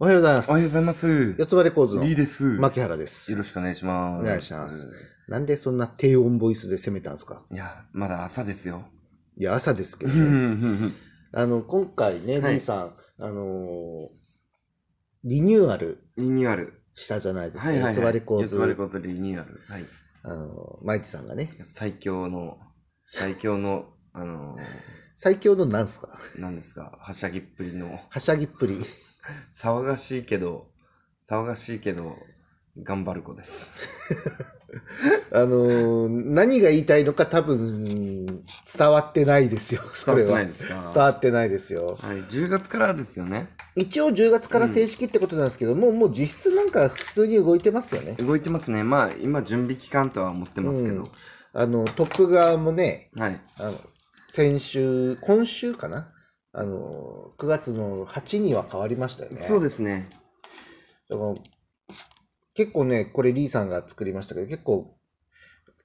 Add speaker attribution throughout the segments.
Speaker 1: おはようございま
Speaker 2: お
Speaker 1: す。
Speaker 2: はようございます。
Speaker 1: 四つ葉レコーズの
Speaker 2: リーです。
Speaker 1: 牧原です
Speaker 2: よ。ろしくお願いします。
Speaker 1: お願いします。なんでそんな低音ボイスで攻めたんですか
Speaker 2: いや、まだ朝ですよ。
Speaker 1: いや、朝ですけ
Speaker 2: う
Speaker 1: ど
Speaker 2: んうん
Speaker 1: ね。
Speaker 2: うん
Speaker 1: あの、今回ね、
Speaker 2: はい
Speaker 1: リンさん、あのーリニューアル
Speaker 2: リニューアル。
Speaker 1: したじゃないですか。
Speaker 2: はいは
Speaker 1: 四
Speaker 2: い
Speaker 1: つ
Speaker 2: は
Speaker 1: 葉
Speaker 2: い。
Speaker 1: レコー
Speaker 2: 四つ葉レ
Speaker 1: ズ
Speaker 2: コ。ーズリニューアル。はい。
Speaker 1: あのー、マイチさんがね、
Speaker 2: 最強の、最強の、あの
Speaker 1: 最強のなんすか
Speaker 2: ー、なんですか、はしゃぎっぷりの、
Speaker 1: はしゃぎっぷり。
Speaker 2: 騒がしいけど、騒がしいけど、頑張る子です。
Speaker 1: あのー何が言いたいのか多分、伝わってないですよ。それ
Speaker 2: 伝わ
Speaker 1: は
Speaker 2: って。ないで
Speaker 1: 伝
Speaker 2: すか
Speaker 1: わってないですよ。
Speaker 2: はい、10月からですよね。
Speaker 1: 一応10月から正式ってことなんですけど、もうもう実質なんか普通に動いてますよね。
Speaker 2: 動いてますね。まあ、今、準備期間とは思ってますけど。
Speaker 1: あの、トップ側もね、
Speaker 2: はい。
Speaker 1: あの、先週、今週かなあの、9月の8には変わりましたよね。
Speaker 2: そう
Speaker 1: す。
Speaker 2: ですね。
Speaker 1: 結構ね、これリーさんが作りましたけど、結構、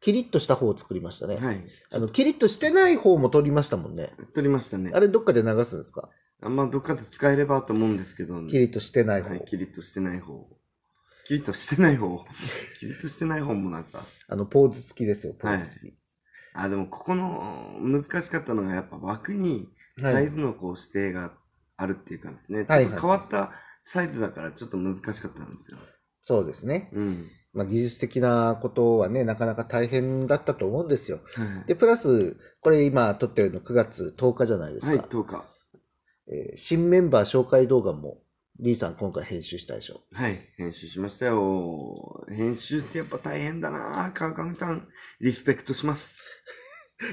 Speaker 1: キリッとした方を作りましたね。
Speaker 2: はい。
Speaker 1: あの、キリッとしてない方も撮りましたもんね。
Speaker 2: 撮りましたね。
Speaker 1: あれどっかで流すんですか
Speaker 2: あんまどっかで使えればと思うんですけど、
Speaker 1: キリッとしてない方。
Speaker 2: はい、キリッとしてない方。キリッとしてない方。 キリッとしてない方もなんか。
Speaker 1: あの、ポーズ付きですよ、ポーズ付き。
Speaker 2: あ、でもここの難しかったのがやっぱ枠に
Speaker 1: は
Speaker 2: サ
Speaker 1: い
Speaker 2: イズのこう指定があるっていう感じですね。
Speaker 1: はい
Speaker 2: ちょっと変わったサイズだからちょっと難しかったんですよ。
Speaker 1: そうですね。
Speaker 2: うん。
Speaker 1: まあ、技術的なことはね、なかなか大変だったと思うんですよ。
Speaker 2: はい
Speaker 1: で、プラス、これ今撮ってるの9月10日じゃないですか。
Speaker 2: はい、10日。
Speaker 1: えー新メンバー紹介動画も、リーさん今回編集したでしょ。
Speaker 2: はい、編集しましたよ。編集ってやっぱ大変だな川上さん、リスペクトします。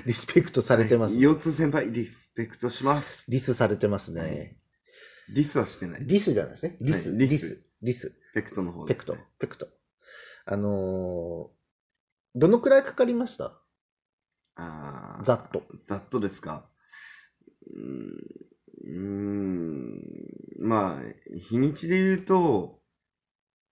Speaker 1: リスペクトされてます、
Speaker 2: はい腰痛先輩、リスペクトします。
Speaker 1: リスされてますね。
Speaker 2: はいリスはしてない。リ
Speaker 1: リスじゃないですね。リス、
Speaker 2: はい
Speaker 1: リ
Speaker 2: リ
Speaker 1: ス、リ
Speaker 2: ス
Speaker 1: ス、リス
Speaker 2: スペクトの方
Speaker 1: ペ
Speaker 2: です
Speaker 1: ク
Speaker 2: ね
Speaker 1: ト、ペクト。あのーどのくらいかかりました
Speaker 2: あー
Speaker 1: ざっと。
Speaker 2: ざっとですか。うーん、うーんまあ、日にちで言うと、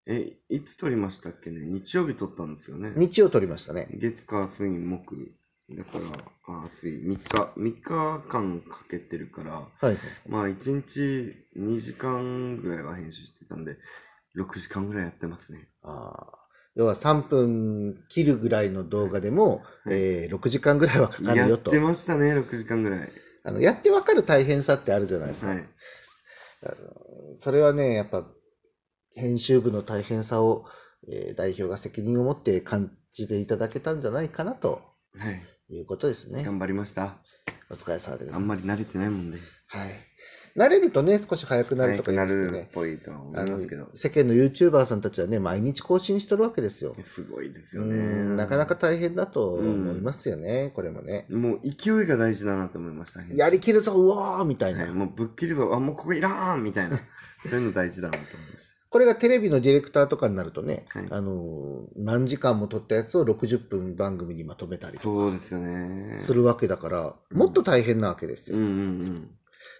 Speaker 2: え、いつ撮りましたっけね日曜日撮ったんですよね。
Speaker 1: 日曜撮りましたね。
Speaker 2: 月、火、水、木。だから、あ水、3日、3日間かけてるから、
Speaker 1: はい。
Speaker 2: まあ、1日2時間ぐらいは編集してたんで、6時間ぐらいやってますね。
Speaker 1: あー要は3分切るぐらいの動画でも、
Speaker 2: はい
Speaker 1: えー6時間ぐらいはかか
Speaker 2: や
Speaker 1: るよ
Speaker 2: っ
Speaker 1: と
Speaker 2: てましたね、6時間ぐらい。
Speaker 1: あのやってわかる大変さってあるじゃないですか、
Speaker 2: はい。
Speaker 1: あのそれはねやっぱ編集部の大変さを、えー代表が責任を持って感じていただけたんじゃないかなと
Speaker 2: はい。
Speaker 1: いうことですね
Speaker 2: 頑張りました。
Speaker 1: お疲れ様です
Speaker 2: あんまり慣れてないもんで。
Speaker 1: はい、慣れるとね少し早くなるとか言
Speaker 2: な
Speaker 1: うんですけど
Speaker 2: るっ
Speaker 1: ね
Speaker 2: ぽいとは思
Speaker 1: あ
Speaker 2: いま
Speaker 1: の
Speaker 2: すけど。
Speaker 1: 世間の YouTuber さんたちはね毎日更新しとるわけですよ
Speaker 2: すごいです
Speaker 1: う
Speaker 2: よね。
Speaker 1: んなかなか。大変だと思いますよね、これもね
Speaker 2: もう勢いが大事だなと思いました。
Speaker 1: やりきるぞ、うわーみたい
Speaker 2: は
Speaker 1: な、
Speaker 2: い、もうぶっきりと、あ、もうここいらんみたいな。そういうの大事だなと思いまし
Speaker 1: これがテレビのディレクターとかになるとね、
Speaker 2: はい
Speaker 1: あのー何時間も撮ったやつを60分番組にまとめたり
Speaker 2: た。
Speaker 1: と
Speaker 2: そうですよね。
Speaker 1: かするわけだから、
Speaker 2: うん
Speaker 1: もっと大変なわけです
Speaker 2: う
Speaker 1: よ、
Speaker 2: んうんうん。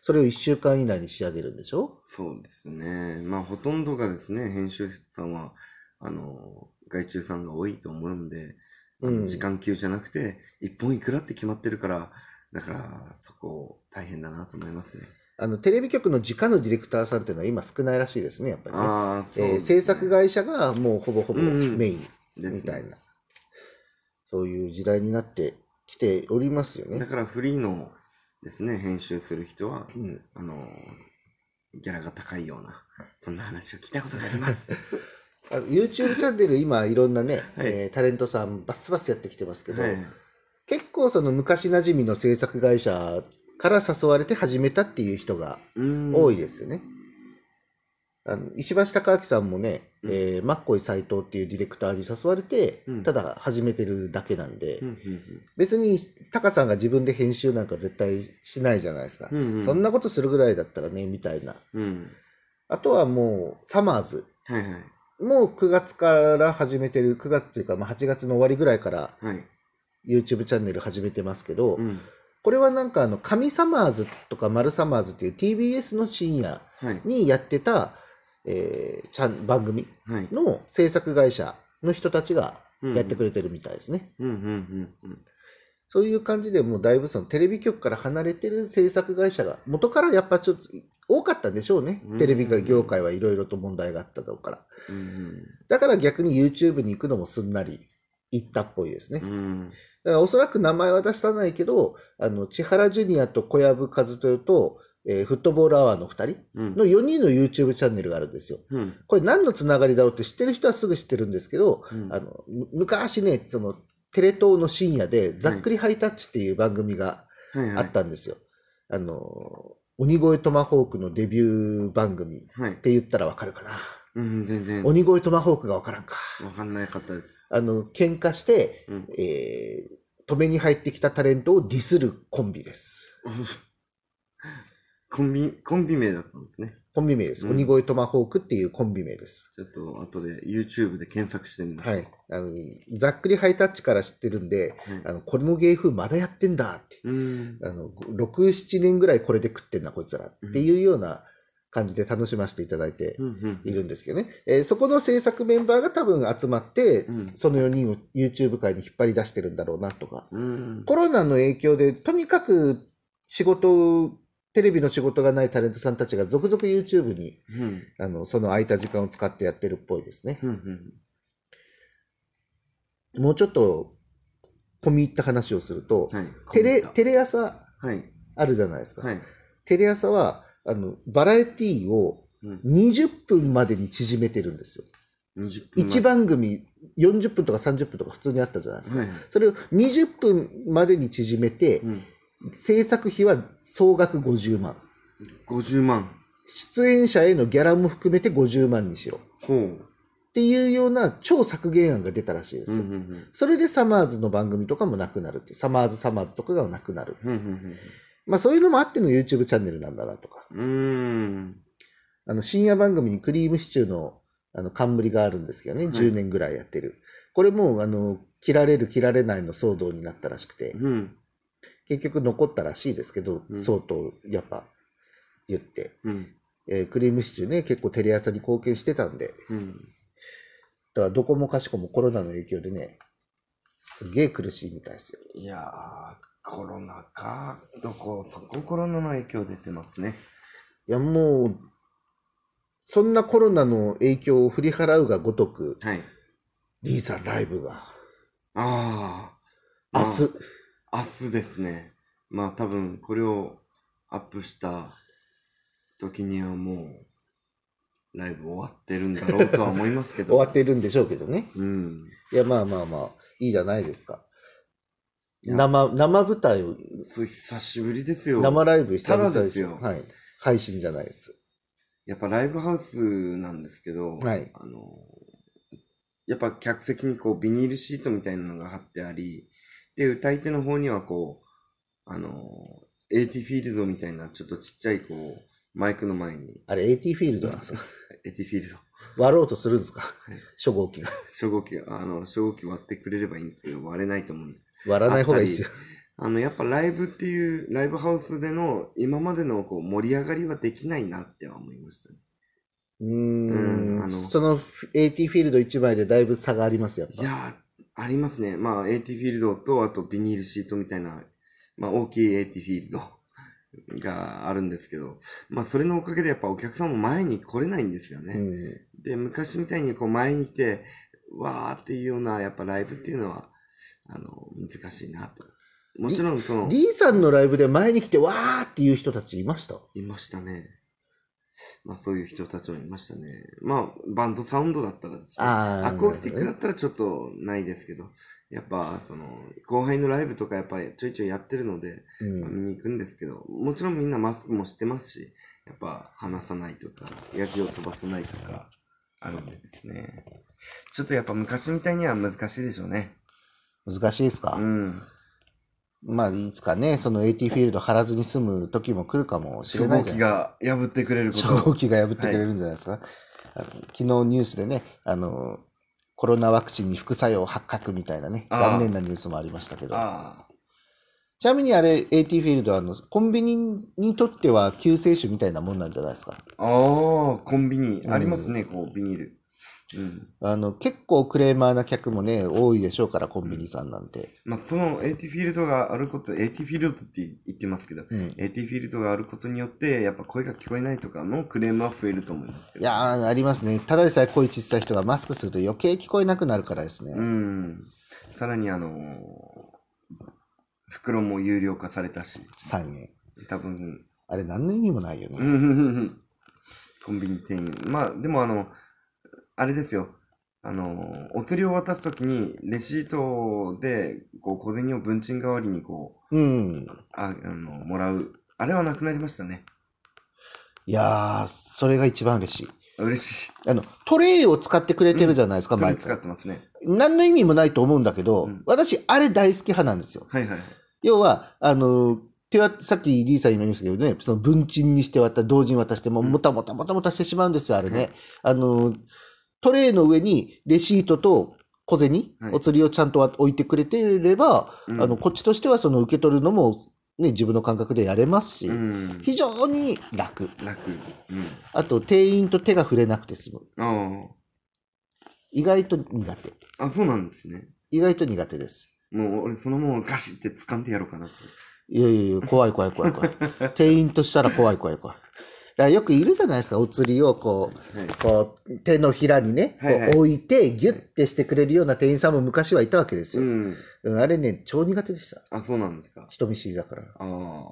Speaker 1: それを1週間以内に仕上げるんでしょ
Speaker 2: そうですね。まあ、ほとんどがですね、編集さんは、あの、外注さんが多いと思うんで、あ
Speaker 1: うん
Speaker 2: の時間給じゃなくて、一本いくらって決まってるから、だから、そこ、大変だなと思いますね。
Speaker 1: あのテレビ局の直のディレクターさんっていうのは今少ないらしいですねやっぱりね
Speaker 2: ああ、そう
Speaker 1: えー
Speaker 2: ですね
Speaker 1: 制作会社がもうほぼほぼ
Speaker 2: うんうん
Speaker 1: メイン
Speaker 2: ですね
Speaker 1: みたいな、そういう時代になってきておりますよ
Speaker 2: だ
Speaker 1: ね、
Speaker 2: からフリーのですね、編集する人は、
Speaker 1: うん、
Speaker 2: あの、ギャラが高いような、そんな話を聞いたことがあり ます。
Speaker 1: あの YouTube チャンネル今いろんなね、えータレントさんバスバスやってきてますけど、
Speaker 2: はい
Speaker 1: 結構その昔なじみの制作会社から誘われて始めたっていう人が
Speaker 2: うん
Speaker 1: 多いですよね。あの石橋貴明さんもね、
Speaker 2: うん
Speaker 1: えーマッコイ斎藤っていうディレクターに誘われて、
Speaker 2: うん
Speaker 1: ただ始めてるだけなんで、
Speaker 2: うんうん
Speaker 1: 別にタカさんが自分で編集なんか絶対しないじゃないですか。
Speaker 2: うんうんうん
Speaker 1: そんなことするぐらいだったらね、みたいな。
Speaker 2: うん。
Speaker 1: あとはもう、サマーズ。
Speaker 2: はいはい。
Speaker 1: もう9月から始めてる、9月というか、まあ、8月の終わりぐらいから
Speaker 2: はい。
Speaker 1: YouTube チャンネル始めてますけど、
Speaker 2: うん。
Speaker 1: これはなんかあの、神サマーズとか、マルサマーズっていう TBS の深夜
Speaker 2: はい。
Speaker 1: にやってた、えー、ちゃん番組
Speaker 2: はい。
Speaker 1: の制作会社の人たちがやってく
Speaker 2: れ。
Speaker 1: れてるみたいですね。
Speaker 2: うんうんうんうん。
Speaker 1: そういう感じでもうだいぶそのテレビ局から離れてる制作会社が、元からやっぱちょっと多かったでしょうね
Speaker 2: うん。
Speaker 1: テレビ業界はいろいろと問題があっただろうから。
Speaker 2: うん
Speaker 1: だから逆に YouTube に行くのもすんなり行ったっぽいですね。
Speaker 2: うんうん
Speaker 1: だからおそらく名前は出さないけど、あの、千原ジュニアと小籔和豊と、えーフットボールアワーの2人
Speaker 2: うん
Speaker 1: の4人の YouTube チャンネルがあるんですよ。
Speaker 2: うん
Speaker 1: これ何のつながりだろうって知ってる人はすぐ知ってるんですけど、
Speaker 2: うん
Speaker 1: あの、む昔ね、その、テレ東の深夜で、ざっくりハイタッチっていう番組が
Speaker 2: はい
Speaker 1: あ
Speaker 2: はい
Speaker 1: ったんですよ。あの、鬼越トマホークのデビュー番組っ
Speaker 2: はい
Speaker 1: て言ったらわかるかな。
Speaker 2: うん全然わ
Speaker 1: 鬼越トマホークがわからんか。
Speaker 2: かんなかったです
Speaker 1: あの、喧嘩して、
Speaker 2: うん
Speaker 1: えー止めに入ってきたタレントをディスるコンビです。
Speaker 2: コンビコンビ名だったんですね
Speaker 1: コンビ名です。
Speaker 2: うん
Speaker 1: 鬼越トマホークっていうコンビ名です。
Speaker 2: ちょっと後で YouTube で検索してみます
Speaker 1: はい。あの、ざっくりハイタッチから知ってるんで、
Speaker 2: はい
Speaker 1: あの、これの芸風まだやってんだって。
Speaker 2: うん
Speaker 1: あの、6、7年ぐらいこれで食ってんな、こいつら。っていうような感じで楽しませていただいて
Speaker 2: うんうん
Speaker 1: いるんですけどね。えーそこの制作メンバーが多分集まって、
Speaker 2: うん
Speaker 1: その4人を YouTube 界に引っ張り出してるんだろうなとか。
Speaker 2: うん
Speaker 1: コロナの影響で、とにかく仕事、テレビの仕事がないタレントさんたちが続々 YouTube に、
Speaker 2: うん
Speaker 1: あの、その空いた時間を使ってやってるっぽいですね。
Speaker 2: うんうん
Speaker 1: もうちょっと、込み入った話をすると、
Speaker 2: はい
Speaker 1: テレ、
Speaker 2: コンビ名
Speaker 1: テレ朝
Speaker 2: はい
Speaker 1: あるじゃないですか。
Speaker 2: はい
Speaker 1: テレ朝は、あの、バラエティを
Speaker 2: うん
Speaker 1: 20分までに縮めてるんですよ。
Speaker 2: 20分
Speaker 1: 1番組40分とか30分とか普通にあったじゃないですか。
Speaker 2: はい
Speaker 1: それを20分までに縮めて
Speaker 2: う、ん
Speaker 1: 制作費は総額50万。
Speaker 2: 50万
Speaker 1: 出演者へのギャラも含めて50万にしろっ
Speaker 2: ほう
Speaker 1: ていうような超削減案が出たらしいです
Speaker 2: う
Speaker 1: よ、
Speaker 2: んうん
Speaker 1: それでサマーズの番組とかもなくなるってサマーズサマーズとかがなくなる、
Speaker 2: うんうん
Speaker 1: まあ、そういうのもあっての YouTube チャンネルなんだなとか
Speaker 2: うんうん
Speaker 1: あの深夜番組にクリームシチューのあの冠があるんですけどね、
Speaker 2: はい
Speaker 1: 10年ぐらいやってるこれもうあの切られる切られないの騒動になったらしくて
Speaker 2: うんうん
Speaker 1: 結局残ったらしいですけど、
Speaker 2: うん
Speaker 1: 相当やっぱ言って、
Speaker 2: うん
Speaker 1: えークリームシチューね結構テレ朝に貢献してたんで
Speaker 2: うん
Speaker 1: だからどこもかしこもコロナの影響でね、すげえ苦しいみたいですよ。
Speaker 2: いやーコロナかどこそこコロナの影響出てますね
Speaker 1: いやもう、そんなコロナの影響を振り払うがごとく、
Speaker 2: はい
Speaker 1: リーさんライブが、
Speaker 2: ああ
Speaker 1: 明日、
Speaker 2: 明日ですね。まあ多分これをアップした時にはもうライブ終わってるんだろうとは思いますけど。
Speaker 1: 終わってるんでしょうけどね。
Speaker 2: うん。
Speaker 1: いやまあまあまあ、いいじゃないですか。
Speaker 2: いや
Speaker 1: 生、生舞台を、
Speaker 2: そう久しぶりですよ。
Speaker 1: 生ライブ久々
Speaker 2: ただですよ
Speaker 1: はい。配信じゃないやつ。
Speaker 2: やっぱライブハウスなんですけど、
Speaker 1: はい
Speaker 2: あのやっぱ客席にこうビニールシートみたいなのが貼ってあり、で、歌い手の方にはこう、あの AT フィールドみたいなちょっとちっちゃいこう、マイクの前に、
Speaker 1: あれ、AT フィールドなんですか
Speaker 2: AT フィールド、
Speaker 1: 割ろうとするんですか
Speaker 2: い
Speaker 1: 初号機が。
Speaker 2: 初号機、あの、初号機割ってくれればいいんですけど、割れないと思うんです。
Speaker 1: 割らない方がいいですよ。
Speaker 2: あの、やっぱライブっていう、ライブハウスでの、今までのこう盛り上がりはできないなっては思いましたね。
Speaker 1: うー
Speaker 2: うんあの
Speaker 1: ん、その AT フィールド1枚でだいぶ差があります、やっ
Speaker 2: い
Speaker 1: ぱ。
Speaker 2: やー、ありますね。まあ、AT フィールドと、あとビニールシートみたいな、まあ、大きい AT フィールド があるんですけど、まあ、それのおかげでやっぱお客さんも前に来れないんですよね。
Speaker 1: うん
Speaker 2: で、昔みたいにこう前に来て、わーっていうような、やっぱライブっていうのは、あの、難しいなと。もちろん、その、
Speaker 1: リーさんのライブで前に来てわーっていう人たちいました
Speaker 2: いましたね。まあそういう人たちもいましたね。まあバンドサウンドだったらですね、
Speaker 1: あー
Speaker 2: アコースティックだ
Speaker 1: な
Speaker 2: っ
Speaker 1: る
Speaker 2: たらちょっとないですけど、やっぱその後輩のライブとかやっぱりちょいちょいやってるので、
Speaker 1: うん
Speaker 2: 見に行くんですけど、もちろんみんなマスクもしてますし、やっぱ話さないとか、ヤジを飛ばさないとか、あるんでですね。ちょっとやっぱ昔みたいには難しいでしょうね。
Speaker 1: 難しいですか、
Speaker 2: うん。
Speaker 1: まあ、いつかね、その AT フィールド張らずに済む時も来るかもし
Speaker 2: 初
Speaker 1: れな
Speaker 2: 号
Speaker 1: いじゃ
Speaker 2: 機
Speaker 1: ない
Speaker 2: が破ってくれるこ
Speaker 1: です
Speaker 2: と
Speaker 1: か。初号機が破ってくれるんじゃないですか、あの昨日ニュースでね、あの、コロナワクチンに副作用発覚みたいなね、
Speaker 2: あー
Speaker 1: 残念なニュースもありましたけど。
Speaker 2: ああ。
Speaker 1: ちなみにあれ、AT フィールドはあの、コンビニにとっては救世主みたいなもんなんじゃないですか。
Speaker 2: ああ、コンビニ、
Speaker 1: うん
Speaker 2: ありますね、こう、ビニール。うん。
Speaker 1: あの、結構クレーマーな客もね、多いでしょうから、コンビニさんなんて。
Speaker 2: まあ、その AT フィールドがあること、AT フィールドって言ってますけど、
Speaker 1: うん。
Speaker 2: AT フィールドがあることによって、やっぱ声が聞こえないとかのクレームは増えると思いますけ
Speaker 1: い
Speaker 2: ど。
Speaker 1: やー、ありますね。ただでさえ声小さい人がマスクすると余計聞こえなくなるからですね。
Speaker 2: うん。さらにあのー袋も有料化されたし、
Speaker 1: 3円。
Speaker 2: 多分、
Speaker 1: あれ、何の意味もないよ
Speaker 2: う
Speaker 1: ね。
Speaker 2: んコンビニ店員。まあ、でもあの、あれですよ。あの、お釣りを渡すときに、レシートで、こう、小銭を文鎮代わりに、こう、
Speaker 1: うん。
Speaker 2: あ、あの、もらう。あれはなくなりましたね。
Speaker 1: いやー、それが一番嬉しい。
Speaker 2: 嬉しい。
Speaker 1: あの、トレイを使ってくれてるじゃないですか、
Speaker 2: 取
Speaker 1: 毎
Speaker 2: り使
Speaker 1: 回
Speaker 2: っ。てますね。
Speaker 1: 何の意味もないと思うんだけど、
Speaker 2: うん
Speaker 1: 私、あれ大好き派なんですよ。
Speaker 2: はいはいはい。
Speaker 1: 要は、あの、手は、さっきリーさん今言いましたけどね、その文鎮にして渡、同時に渡しても、
Speaker 2: うん
Speaker 1: もたもたもたもたしてしまうんですよ、あれね。あの、トレイの上にレシートと小銭、
Speaker 2: はい
Speaker 1: お釣りをちゃんと置いてくれていれば、
Speaker 2: うん
Speaker 1: あの、こっちとしてはその受け取るのも、ね、自分の感覚でやれますし、
Speaker 2: うん。
Speaker 1: 非常に楽。
Speaker 2: 楽。うん。
Speaker 1: あと、店員と手が触れなくて済む。
Speaker 2: あ
Speaker 1: 意外と苦手。
Speaker 2: あ。あ、そうなんですね。
Speaker 1: 意外と苦手です。
Speaker 2: もう、俺、そのもんをガシって掴んでやろうかなと。
Speaker 1: いやいやいや、怖い怖い怖い 怖い。店員としたら怖い怖い怖い。だからよくいるじゃないですか、お釣りをこう、
Speaker 2: はい。
Speaker 1: こう手のひらにね、こ
Speaker 2: はいはいう
Speaker 1: 置いて、ギュッてしてくれるような店員さんも昔はいたわけです
Speaker 2: う
Speaker 1: よ。
Speaker 2: ん。
Speaker 1: うんあれね、超苦手でした。
Speaker 2: あ、そうなんですか。
Speaker 1: 人見知りだから。
Speaker 2: ああ。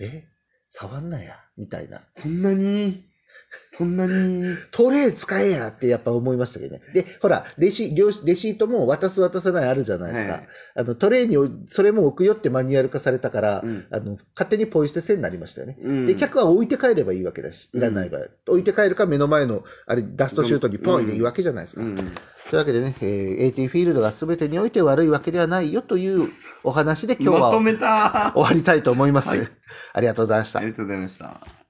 Speaker 1: え触んなや、みたいな。
Speaker 2: そんなに、そんなに、
Speaker 1: トレイ使えやってやっぱ思いましたけどね。で、ほら、レシ両レシートも渡す渡さないあるじゃないですか。
Speaker 2: はい
Speaker 1: あのトレイにおそれも置くよってマニュアル化されたから、
Speaker 2: うん
Speaker 1: あの勝手にポイ捨てせになりましたよね。
Speaker 2: うん
Speaker 1: で、客は置いて帰ればいいわけだし、いらない場合。置いて帰るか、目の前の、あれ、ダストシュートにポイでいいわけじゃないですか。
Speaker 2: うん、
Speaker 1: というわけでね、えー AT フィールドが全てにおいて悪いわけではないよというお話で今日
Speaker 2: まと
Speaker 1: は
Speaker 2: めた
Speaker 1: 終わりたいと思います。
Speaker 2: はい
Speaker 1: ありがとうございました
Speaker 2: あり。がとうございました。